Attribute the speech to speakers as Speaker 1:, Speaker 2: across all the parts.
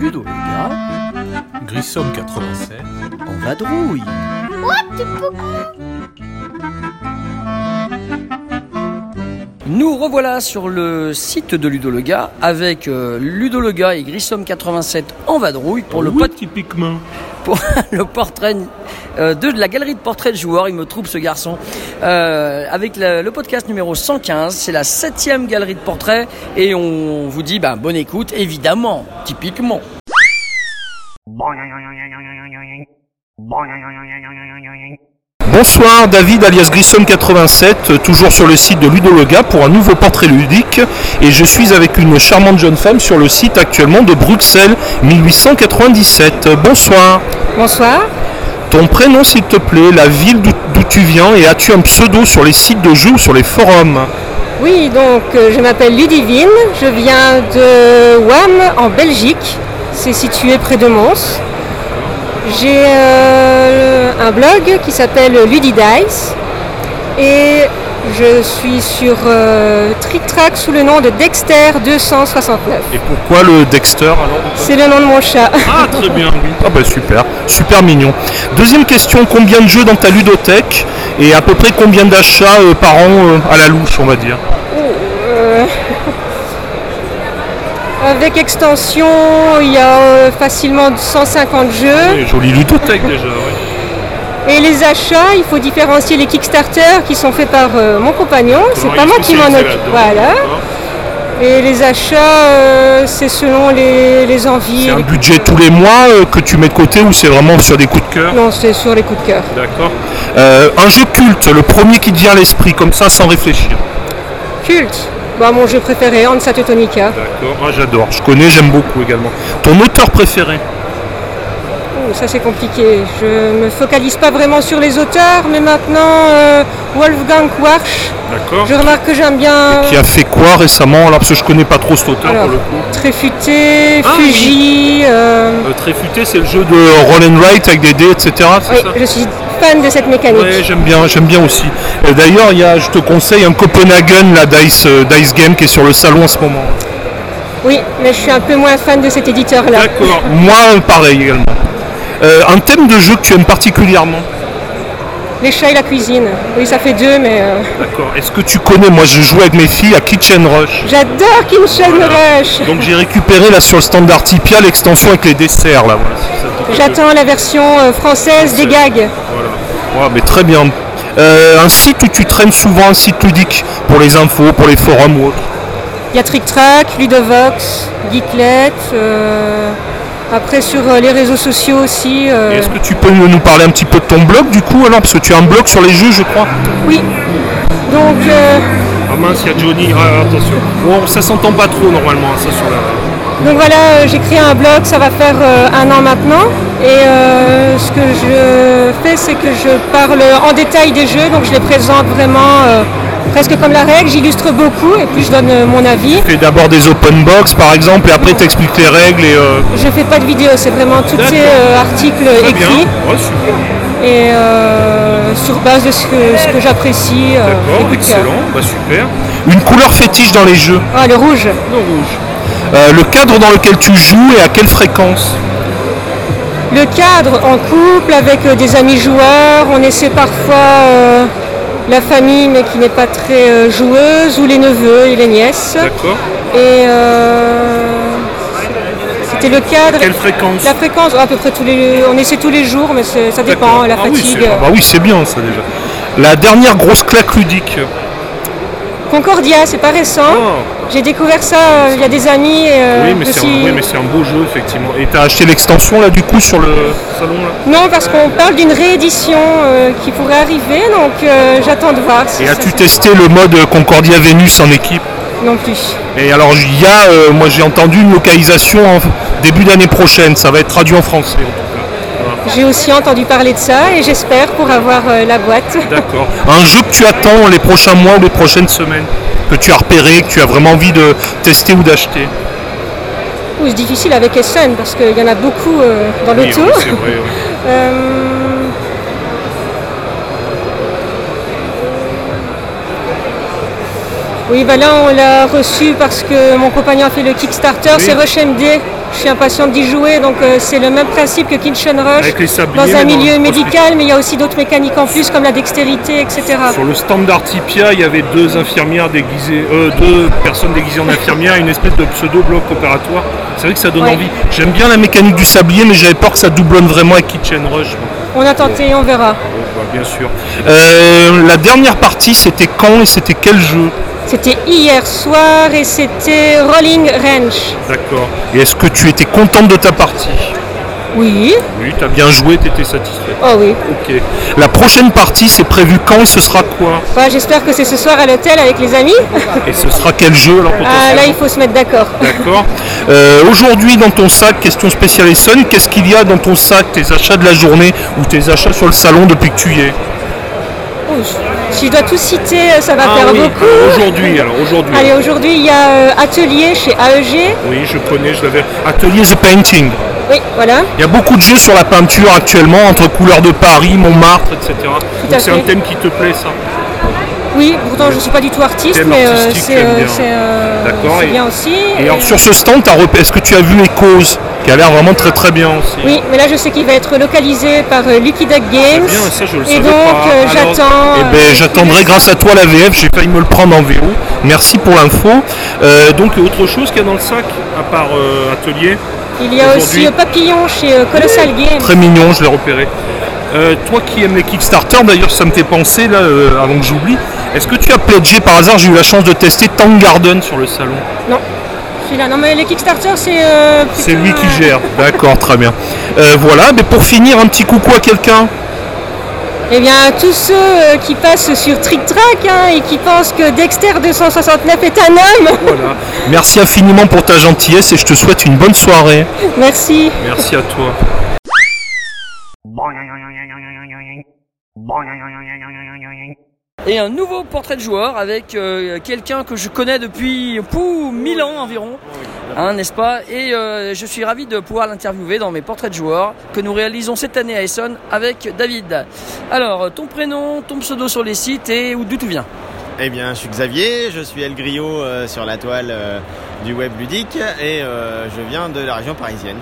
Speaker 1: Ludo Vega
Speaker 2: Grissom 87.
Speaker 1: en vadrouille. Nous revoilà sur le site de Ludolega avec euh, Ludolega et Grissom87 en vadrouille pour le,
Speaker 2: Oui,
Speaker 1: pot-
Speaker 2: typiquement.
Speaker 1: pour le portrait euh, de la galerie de portraits de joueurs. Il me trouble ce garçon. Euh, avec le, le podcast numéro 115, c'est la septième galerie de portraits et on vous dit ben, bonne écoute, évidemment, typiquement.
Speaker 3: Bonsoir David alias Grissom87, euh, toujours sur le site de Ludologa pour un nouveau portrait ludique et je suis avec une charmante jeune femme sur le site actuellement de Bruxelles 1897. Euh, Bonsoir.
Speaker 4: Bonsoir.
Speaker 3: Ton prénom s'il te plaît, la ville d'où d'où tu viens et as-tu un pseudo sur les sites de jeux ou sur les forums
Speaker 4: Oui, donc euh, je m'appelle Ludivine, je viens de Wam en Belgique, c'est situé près de Mons. J'ai euh, un blog qui s'appelle Ludidice et je suis sur euh, TrickTrack sous le nom de Dexter269.
Speaker 3: Et pourquoi le Dexter alors
Speaker 4: C'est le nom de mon chat.
Speaker 3: Ah très bien, oui. Ah bah super, super mignon. Deuxième question, combien de jeux dans ta ludothèque et à peu près combien d'achats euh, par an euh, à la louche on va dire
Speaker 4: Euh, Avec extension, il y a euh, facilement 150 jeux.
Speaker 3: Et Jolie ludothèque déjà, oui.
Speaker 4: Et les achats, il faut différencier les Kickstarter qui sont faits par euh, mon compagnon, c'est pas moi qui m'en occupe. Voilà.
Speaker 3: Hein
Speaker 4: Et les achats, euh, c'est selon les, les envies.
Speaker 3: C'est
Speaker 4: et
Speaker 3: un
Speaker 4: les coups de
Speaker 3: budget
Speaker 4: cœur.
Speaker 3: tous les mois euh, que tu mets de côté ou c'est vraiment sur des coups de cœur
Speaker 4: Non, c'est sur les coups de cœur.
Speaker 3: D'accord. Euh, un jeu culte, le premier qui te vient à l'esprit, comme ça sans réfléchir.
Speaker 4: Culte. Bah, mon jeu préféré, Hansa Teutonica.
Speaker 3: D'accord. Ah, j'adore. Je connais, j'aime beaucoup également. Ton auteur préféré
Speaker 4: Oh, ça, c'est compliqué. Je me focalise pas vraiment sur les auteurs, mais maintenant, euh, Wolfgang Warsch.
Speaker 3: D'accord.
Speaker 4: Je remarque que j'aime bien
Speaker 3: Qui a fait quoi récemment Alors, parce que je connais pas trop cet auteur
Speaker 4: Alors.
Speaker 3: pour le coup.
Speaker 4: Tréfuté,
Speaker 3: Ah, oui.
Speaker 4: Fuji. euh,
Speaker 3: Euh, Tréfuté, c'est le jeu de roll and write avec des dés, etc. c'est
Speaker 4: Oui,
Speaker 3: ça
Speaker 4: je suis fan de cette mécanique.
Speaker 3: Ouais, j'aime bien, j'aime bien aussi. Et D'ailleurs, il y a, je te conseille un Copenhagen, la Dice, euh, Dice Game, qui est sur le salon en ce moment.
Speaker 4: Oui, mais je suis un peu moins fan de cet éditeur-là.
Speaker 3: D'accord. Moi, euh, pareil également. Euh, un thème de jeu que tu aimes particulièrement
Speaker 4: Les chats et la cuisine. Oui, ça fait deux, mais euh,
Speaker 3: D'accord. Est-ce que tu connais Moi, je joue avec mes filles à Kitchen Rush.
Speaker 4: j'adore Kitchen Rush.
Speaker 3: Donc, j'ai récupéré là sur le stand d'Artipia l'extension avec les desserts. là. Voilà.
Speaker 4: J'attends la version euh, française des gags.
Speaker 3: Ouais, mais très bien. Euh, un site où tu traînes souvent, un site ludique pour les infos, pour les forums ou autre.
Speaker 4: Il y a Trick Track, Ludovox, Geeklet. euh, Après, sur euh, les réseaux sociaux aussi. euh,
Speaker 3: Et Est-ce que tu peux nous parler un petit peu de ton blog du coup alors Parce que tu as un blog sur les jeux, je crois.
Speaker 4: Oui. Donc, euh,
Speaker 3: Ah mince, il y a Johnny. ah, attention. Bon, ça s'entend pas trop normalement, hein, ça sur la.
Speaker 4: donc voilà, euh, j'ai créé un blog, ça va faire euh, un an maintenant. Et euh, ce que je fais, c'est que je parle en détail des jeux, donc je les présente vraiment euh, presque comme la règle. J'illustre beaucoup et puis je donne euh, mon avis.
Speaker 3: Fais d'abord des open box par exemple, et après t'expliques les règles et. euh,
Speaker 4: Je fais pas de vidéo, c'est vraiment tous
Speaker 3: D'accord.
Speaker 4: ces euh, articles
Speaker 3: Très bien.
Speaker 4: écrits
Speaker 3: Ouais, super.
Speaker 4: et euh, sur base de ce que, ce que j'apprécie. euh, et
Speaker 3: D'accord,
Speaker 4: puis,
Speaker 3: excellent, bah super. Une couleur fétiche dans les jeux.
Speaker 4: euh, Ah, le rouge.
Speaker 3: Le rouge. le cadre dans lequel tu joues et à quelle fréquence
Speaker 4: Le cadre en couple avec euh, des amis joueurs, on essaie parfois euh, la famille mais qui n'est pas très euh, joueuse ou les neveux et les nièces.
Speaker 3: D'accord.
Speaker 4: Et euh, c'était le cadre.
Speaker 3: Quelle fréquence
Speaker 4: La fréquence, à peu près tous les, on essaie tous les jours, mais c'est- ça dépend, la fatigue.
Speaker 3: Ah bah oui, c'est bien ça déjà. La dernière grosse claque ludique.
Speaker 4: Concordia, c'est pas récent.
Speaker 3: Ah.
Speaker 4: J'ai découvert ça, euh, il y a des amis. et, euh, je suis-
Speaker 3: un beau jeu effectivement. Et t'as acheté l'extension là du coup sur le salon là
Speaker 4: Non, parce qu'on parle d'une réédition euh, qui pourrait arriver, donc euh, j'attends de voir. si
Speaker 3: Et
Speaker 4: ça
Speaker 3: as-tu
Speaker 4: se-
Speaker 3: testé le mode Concordia Vénus en équipe
Speaker 4: Non plus.
Speaker 3: Et alors il y a, euh, moi j'ai entendu une localisation en début d'année prochaine, ça va être traduit en français.
Speaker 4: J'ai aussi entendu parler de ça et j'espère pour avoir euh, la boîte.
Speaker 3: D'accord. Un jeu que tu attends les prochains mois ou les prochaines semaines, que tu as repéré, que tu as vraiment envie de tester ou d'acheter.
Speaker 4: Ou c'est difficile avec Essen parce qu'il y en a beaucoup euh, dans le tour.
Speaker 3: vrai.
Speaker 4: Euh, Oui, bah là on l'a reçu parce que mon compagnon a fait le Kickstarter, c'est Rush MD. Je suis impatiente d'y jouer, donc euh, c'est le même principe que Kitchen Rush.
Speaker 3: Avec les sabliers, hein,
Speaker 4: Dans
Speaker 3: mais
Speaker 4: un
Speaker 3: dans
Speaker 4: milieu
Speaker 3: le
Speaker 4: médical, mais il y a aussi d'autres mécaniques en plus, comme la dextérité, etc.
Speaker 3: Sur le stand d'Artipia, il y avait deux infirmières déguisées, euh, deux personnes déguisées en infirmières, une espèce de pseudo-bloc opératoire. C'est vrai que ça donne
Speaker 4: Ouais.
Speaker 3: envie. J'aime bien la mécanique du sablier, mais j'avais peur que ça doublonne vraiment avec Kitchen Rush. Bon,
Speaker 4: On a tenté, on verra.
Speaker 3: bah, bien sûr. Euh, la dernière partie, c'était quand et c'était quel jeu
Speaker 4: C'était hier soir et c'était Rolling Ranch.
Speaker 3: D'accord. Et est-ce que tu étais contente de ta partie
Speaker 4: Oui,
Speaker 3: Oui, t'as bien joué, t'étais satisfait.
Speaker 4: oh oui.
Speaker 3: Ok. La prochaine partie, c'est prévu quand et ce sera quoi
Speaker 4: Bah, J'espère que c'est ce soir à l'hôtel avec les amis.
Speaker 3: Ah, Et ce sera quel jeu alors
Speaker 4: Ah, là, il faut se mettre d'accord.
Speaker 3: D'accord. Euh, Aujourd'hui, dans ton sac, question spéciale Essonne, qu'est-ce qu'il y a dans ton sac, tes achats de la journée ou tes achats sur le salon depuis que tu y es
Speaker 4: Oh, je- Si je dois tout citer, ça va faire beaucoup.
Speaker 3: Ah alors, aujourd'hui, alors aujourd'hui.
Speaker 4: Allez, aujourd'hui, il y a euh, Atelier chez E AEG.
Speaker 3: Oui, je connais, je l'avais. Atelier The Painting.
Speaker 4: Oui, voilà.
Speaker 3: Il y a beaucoup de jeux sur la peinture actuellement, entre couleurs de Paris, Montmartre, etc. Donc c'est
Speaker 4: fait.
Speaker 3: un thème qui te plaît, ça.
Speaker 4: Oui, pourtant, je ne suis pas du tout artiste,
Speaker 3: Thème
Speaker 4: mais euh,
Speaker 3: artistique,
Speaker 4: c'est
Speaker 3: j'aime
Speaker 4: euh,
Speaker 3: bien.
Speaker 4: c'est, euh,
Speaker 3: D'accord,
Speaker 4: c'est
Speaker 3: et-
Speaker 4: bien aussi.
Speaker 3: Et
Speaker 4: Et-
Speaker 3: alors sur ce stand, t'as repéré- est-ce que tu as vu les causes qui a l'air vraiment très très bien aussi
Speaker 4: Oui, mais là, je sais qu'il va être localisé par euh, Lucky Duck Games.
Speaker 3: Ah, bien, ça, je le
Speaker 4: et
Speaker 3: savais
Speaker 4: donc,
Speaker 3: pas.
Speaker 4: euh,
Speaker 3: Alors-
Speaker 4: j'attends.
Speaker 3: Eh
Speaker 4: euh,
Speaker 3: ben, j'attendrai grâce à toi la VF, j'ai failli me le prendre en VO. Merci pour l'info. Euh, donc autre chose qu'il y a dans le sac, à part euh, atelier,
Speaker 4: Il y a aussi
Speaker 3: aujourd'hui.
Speaker 4: euh, Papillon chez euh, Colossal Games.
Speaker 3: très mignon, je l'ai repéré. Euh, toi qui aimes les Kickstarter, d'ailleurs ça me fait penser là, euh, avant que j'oublie, est-ce que tu as pledgé par hasard, j'ai eu la chance de tester Tang Garden sur le salon
Speaker 4: Non. Celui-là, non, mais les Kickstarter, c'est. euh,
Speaker 3: C'est
Speaker 4: plutôt,
Speaker 3: lui qui
Speaker 4: euh,
Speaker 3: gère, d'accord, très bien. Euh, voilà, mais pour finir, un petit coucou à quelqu'un.
Speaker 4: Eh bien, tous ceux euh, qui passent sur Trick Track hein, et qui pensent que Dexter 269 est un homme,
Speaker 3: Voilà. Merci infiniment pour ta gentillesse et je te souhaite une bonne soirée.
Speaker 4: merci.
Speaker 3: Merci à toi.
Speaker 1: Et un nouveau portrait de joueur avec euh, quelqu'un que je connais depuis pou, 1000 ans environ, hein, n'est-ce pas Et euh, je suis ravi de pouvoir l'interviewer dans mes portraits de joueurs que nous réalisons cette année à Essonne avec David. Alors, ton prénom, ton pseudo sur les sites et où d'où tu viens
Speaker 5: Eh bien, je suis Xavier, je suis El Griot euh, sur la toile euh, du web ludique et euh, je viens de la région parisienne.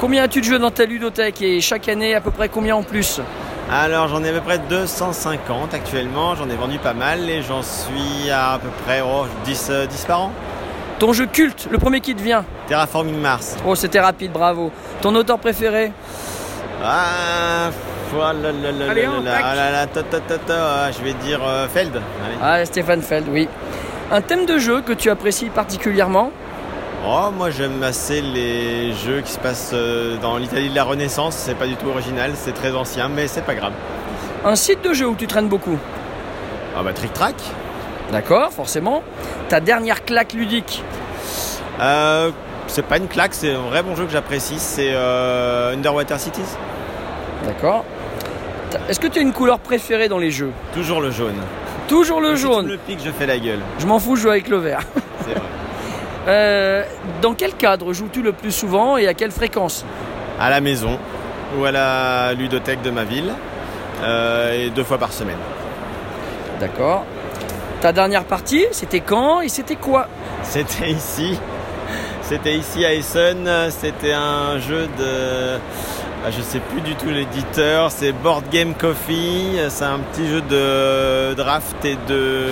Speaker 1: Combien as-tu de jeux dans ta ludothèque et chaque année à peu près combien en plus
Speaker 5: Alors, j'en ai à peu près 250 actuellement, j'en ai vendu pas mal et j'en suis à à peu près oh, 10, euh, 10 par an.
Speaker 1: Ton jeu culte, le premier qui te vient
Speaker 5: Terraforming Mars.
Speaker 1: Oh, c'était rapide, bravo. Ton auteur préféré
Speaker 5: Ah, oh là là là
Speaker 1: Allez,
Speaker 5: là
Speaker 1: un
Speaker 5: là,
Speaker 1: pack.
Speaker 5: ah là là, ta, ta, ta, ta, ah, je vais dire euh, Feld. Allez.
Speaker 1: Ah, Stéphane Feld, oui. Un thème de jeu que tu apprécies particulièrement
Speaker 5: Oh, moi j'aime assez les jeux qui se passent euh, dans l'Italie de la Renaissance, c'est pas du tout original, c'est très ancien, mais c'est pas grave.
Speaker 1: Un site de jeu où tu traînes beaucoup
Speaker 5: Ah bah, Trick Track
Speaker 1: D'accord, forcément. Ta dernière claque ludique.
Speaker 5: Euh, c'est pas une claque, c'est un vrai bon jeu que j'apprécie, c'est euh, Underwater Cities.
Speaker 1: D'accord. Ta- Est-ce que tu as une couleur préférée dans les jeux
Speaker 5: Toujours le jaune.
Speaker 1: Toujours le
Speaker 5: Si tu me
Speaker 1: jaune.
Speaker 5: le pique, je fais la gueule.
Speaker 1: Je m'en fous, je joue avec le vert.
Speaker 5: C'est vrai.
Speaker 1: Euh, dans quel cadre joues-tu le plus souvent et à quelle fréquence
Speaker 5: À la maison ou à la ludothèque de ma ville, euh, et deux fois par semaine.
Speaker 1: D'accord. Ta dernière partie, c'était quand et c'était quoi
Speaker 5: C'était ici. C'était ici à Essen. C'était un jeu de. ah, Je sais plus du tout l'éditeur. C'est Board Game Coffee. C'est un petit jeu de draft et de.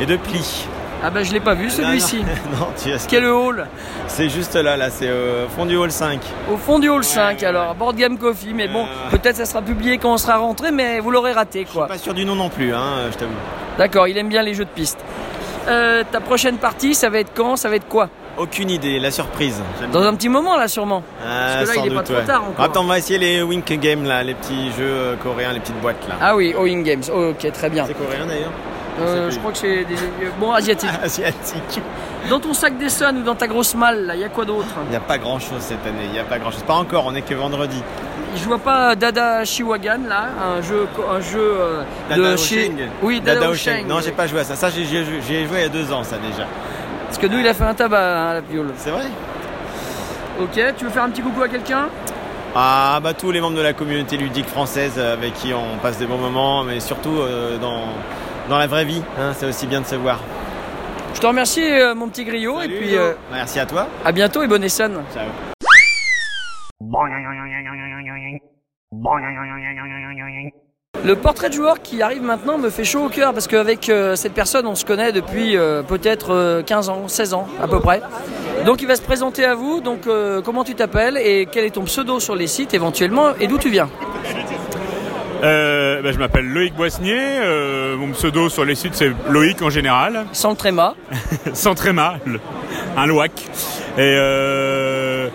Speaker 5: et de pli.
Speaker 1: Ah ben je l'ai pas vu celui-ci.
Speaker 5: Non, non, tu as-
Speaker 1: Quel hall
Speaker 5: C'est juste là, là. C'est au fond du hall 5.
Speaker 1: Au fond du hall 5 alors, Board Game Coffee, mais bon,
Speaker 5: Euh.
Speaker 1: peut-être ça sera publié quand on sera rentré, mais vous l'aurez raté quoi.
Speaker 5: Pas sûr du nom non plus, hein, je t'avoue.
Speaker 1: D'accord, il aime bien les jeux de piste. Euh, ta prochaine partie, ça va être quand Ça va être quoi
Speaker 5: Aucune idée, la surprise. J'aime
Speaker 1: Dans
Speaker 5: bien.
Speaker 1: un petit moment là sûrement.
Speaker 5: Ah,
Speaker 1: parce que là,
Speaker 5: sans
Speaker 1: il est pas
Speaker 5: doute,
Speaker 1: trop tard encore.
Speaker 5: Attends, on va essayer les Wink Games, là, les petits jeux euh, coréens, les petites boîtes, là.
Speaker 1: Ah oui, Owing Games. ok, très bien.
Speaker 5: C'est coréen d'ailleurs
Speaker 1: Euh,
Speaker 5: c'est
Speaker 1: je
Speaker 5: plus-
Speaker 1: crois que c'est des bon asiatique.
Speaker 5: Asiatique.
Speaker 1: Dans ton sac d'Essonne ou dans ta grosse malle, là, il y a quoi d'autre
Speaker 5: Il n'y a pas grand chose cette année, il n'y a pas grand chose. Pas encore, on est que vendredi.
Speaker 1: Je vois pas euh, Dada Shiwagan là, un jeu, un jeu euh,
Speaker 5: Dada
Speaker 1: de
Speaker 5: Ho
Speaker 1: chez.
Speaker 5: Sheng.
Speaker 1: Oui, Dada, Ho
Speaker 5: Sheng.
Speaker 1: Sheng,
Speaker 5: Non,
Speaker 1: oui.
Speaker 5: j'ai pas joué à ça. Ça, j'ai j'y ai joué, j'y ai joué il y a deux ans, ça déjà.
Speaker 1: Parce que nous, il a fait un tabac hein, à la pioule.
Speaker 5: C'est vrai
Speaker 1: Ok, tu veux faire un petit coucou à quelqu'un
Speaker 5: Ah, bah tous les membres de la communauté ludique française euh, avec qui on passe des bons moments, mais surtout euh, dans, dans la vraie vie, hein, c'est aussi bien de se voir.
Speaker 1: Je te remercie, euh, mon petit griot,
Speaker 5: Salut,
Speaker 1: et puis
Speaker 5: Ludo.
Speaker 1: euh,
Speaker 5: Merci à toi.
Speaker 1: à bientôt et bonne Essonne.
Speaker 5: Ciao.
Speaker 1: Le portrait de joueur qui arrive maintenant me fait chaud au cœur parce qu'avec euh, cette personne, on se connaît depuis euh, peut-être euh, 15 ans, 16 ans à peu près. Donc il va se présenter à vous. Donc euh, comment tu t'appelles et quel est ton pseudo sur les sites éventuellement et d'où tu viens
Speaker 6: Euh, ben, je m'appelle Loïc Boissnier, euh, mon pseudo sur les sites c'est Loïc en général,
Speaker 1: Sans le tréma.
Speaker 6: sans tréma, le- un loac. Et, euh,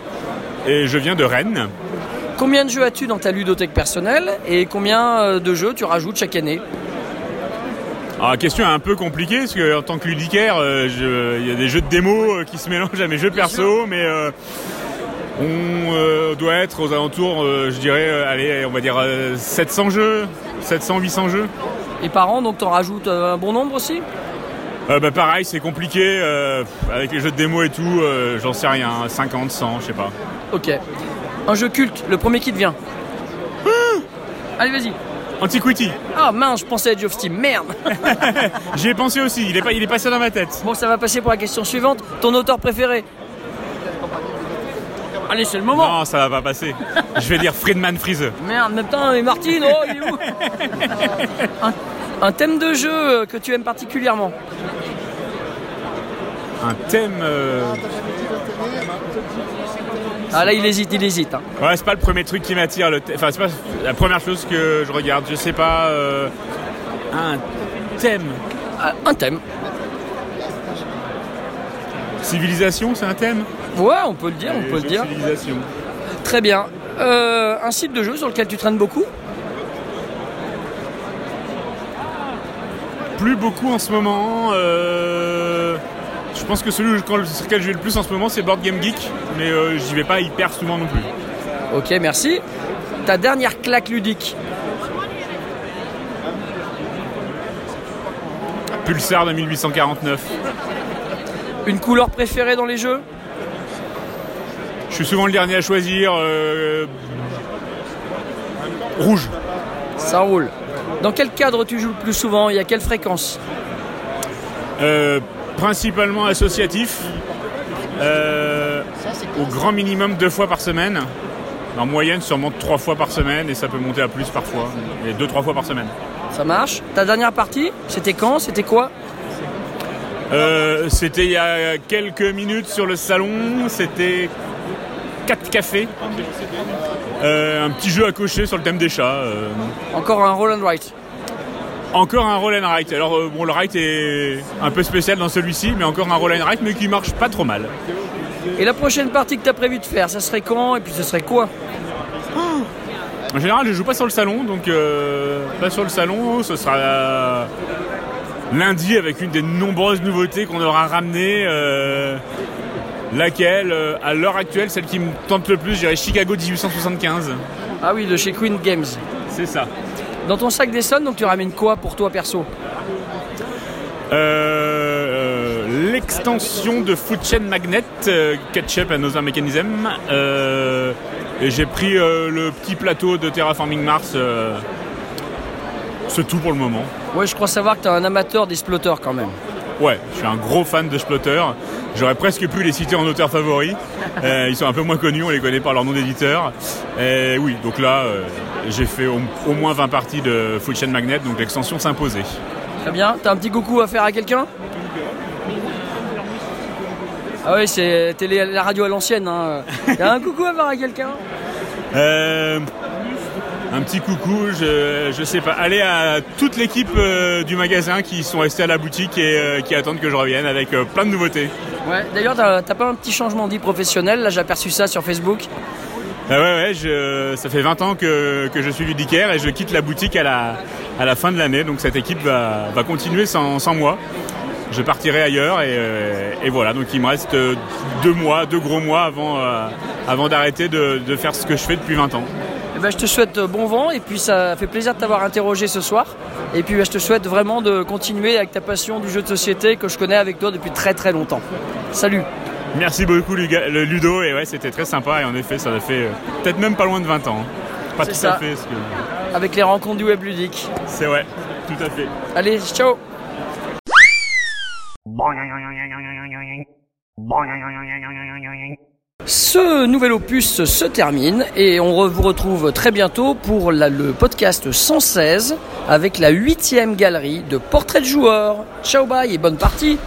Speaker 6: et je viens de Rennes,
Speaker 1: Combien de jeux as-tu dans ta ludothèque personnelle et combien euh, de jeux tu rajoutes chaque année
Speaker 6: Alors, Ah, question un peu compliquée, parce que en tant que ludicaire, euh, je- il y a des jeux de démo euh, qui se mélangent à mes jeux perso, mais euh, on euh, doit être aux alentours, euh, je dirais, euh, allez, on va dire euh, 700 jeux, 700, 800 jeux.
Speaker 1: Et par an, donc t'en rajoutes euh, un bon nombre aussi
Speaker 6: Euh, bah, pareil, c'est compliqué, euh, avec les jeux de démo et tout, euh, j'en sais rien, 50, 100, je sais pas.
Speaker 1: Ok. Un jeu culte, le premier qui te vient. Allez, vas-y.
Speaker 6: Antiquity,
Speaker 1: Ah mince, je pensais à Age of Steam, merde
Speaker 6: j'y ai pensé aussi, il est, pas, il est passé dans ma tête.
Speaker 1: Bon, ça va passer pour la question suivante. Ton auteur préféré Allez, c'est le moment.
Speaker 6: Non, ça va pas passer. Je vais dire Friedman Freeze.
Speaker 1: Merde, mais putain, mais Martine, oh, il est où un, un thème de jeu euh, que tu aimes particulièrement
Speaker 6: Un thème. euh,
Speaker 1: Ah là, il hésite, il hésite. hein.
Speaker 6: Ouais, c'est pas le premier truc qui m'attire. Le thème- Enfin, c'est pas la première chose que je regarde. Je sais pas. euh, Un thème.
Speaker 1: Ah, un thème.
Speaker 6: Civilisation, c'est un thème
Speaker 1: Ouais, on peut le dire, on peut le dire.
Speaker 6: Civilisation.
Speaker 1: Très bien. Euh, un site de jeu sur lequel tu traînes beaucoup
Speaker 6: Plus beaucoup en ce moment. euh, Je pense que celui quand- sur lequel je vais le plus en ce moment, c'est Board Game Geek. Mais euh, j'y vais pas hyper souvent non plus.
Speaker 1: Ok, merci. Ta dernière claque ludique
Speaker 6: Pulsar de 1849.
Speaker 1: Une couleur préférée dans les jeux
Speaker 6: Je suis souvent le dernier à choisir. euh, Rouge.
Speaker 1: Ça roule. Dans quel cadre tu joues le plus souvent et à quelle fréquence
Speaker 6: Euh, principalement associatif, euh, au grand minimum deux fois par semaine. En moyenne, sûrement trois fois par semaine, et ça peut monter à plus parfois, et deux, trois fois par semaine.
Speaker 1: Ça marche. Ta dernière partie, c'était quand C'était quoi
Speaker 6: Euh, c'était il y a quelques minutes sur le salon, c'était quatre cafés, Euh, un petit jeu à cocher sur le thème des chats. euh.
Speaker 1: Encore un roll and write.
Speaker 6: encore un roll and write. Alors euh, bon, le write est un peu spécial dans celui-ci, mais encore un roll and write, mais qui marche pas trop mal.
Speaker 1: Et la prochaine partie que tu as prévu de faire, ça serait quand Et puis ce serait quoi
Speaker 6: En général, je joue pas sur le salon, donc euh, pas sur le salon, ce sera euh, lundi avec une des nombreuses nouveautés qu'on aura ramenées. euh, laquelle, euh, à l'heure actuelle, celle qui me tente le plus, je dirais Chicago 1875.
Speaker 1: Ah oui, de chez Queen Games.
Speaker 6: C'est ça.
Speaker 1: Dans ton sac d'Essonne, donc tu ramènes quoi pour toi perso
Speaker 6: Euh, euh, L'extension de Food Chain Magnet, euh, Ketchup and Other Mechanism. euh, et j'ai pris euh, le petit plateau de Terraforming Mars. euh, c'est tout pour le moment.
Speaker 1: Ouais, je crois savoir que tu es un amateur des splotters quand même.
Speaker 6: Ouais, je suis un gros fan de Splotter. J'aurais presque pu les citer en auteurs favoris. Euh, ils sont un peu moins connus, on les connaît par leur nom d'éditeur. Et oui, donc là, euh, j'ai fait au, au moins 20 parties de Food Chain Magnet, donc l'extension s'imposait.
Speaker 1: Très bien. T'as un petit coucou à faire à quelqu'un Ah oui, c'est t'es les- la radio à l'ancienne. Hein. T'as un coucou à faire à quelqu'un
Speaker 6: Euh, un petit coucou, je, je sais pas. Allez à toute l'équipe euh, du magasin qui sont restés à la boutique et euh, qui attendent que je revienne avec euh, plein de nouveautés.
Speaker 1: Ouais. D'ailleurs, t'as t'as pas un petit changement dit professionnel Là, j'ai aperçu ça sur Facebook.
Speaker 6: Ah ouais, ouais, je- ça fait 20 ans que, que je suis ludicaire et je quitte la boutique à la, à la fin de l'année. Donc cette équipe va, va continuer sans, sans moi. Je partirai ailleurs et, euh, et voilà. Donc il me reste euh, deux mois, deux gros mois avant, euh, avant d'arrêter de, de faire ce que je fais depuis 20 ans.
Speaker 1: Eh ben, je te souhaite euh, bon vent et puis ça fait plaisir de t'avoir interrogé ce soir. Et puis ben, je te souhaite vraiment de continuer avec ta passion du jeu de société que je connais avec toi depuis très très longtemps. Salut
Speaker 6: Merci beaucoup Luga- le Ludo et ouais, c'était très sympa et en effet, ça fait euh, peut-être même pas loin de 20 ans. hein. Pas
Speaker 1: C'est
Speaker 6: tout
Speaker 1: ça.
Speaker 6: à fait. parce que-
Speaker 1: avec les rencontres du web ludique.
Speaker 6: C'est ouais, tout à fait.
Speaker 1: Allez, ciao Ce nouvel opus se termine et on re- vous retrouve très bientôt pour la- le podcast 116 avec la huitième galerie de portraits de joueurs. Ciao bye et bonne partie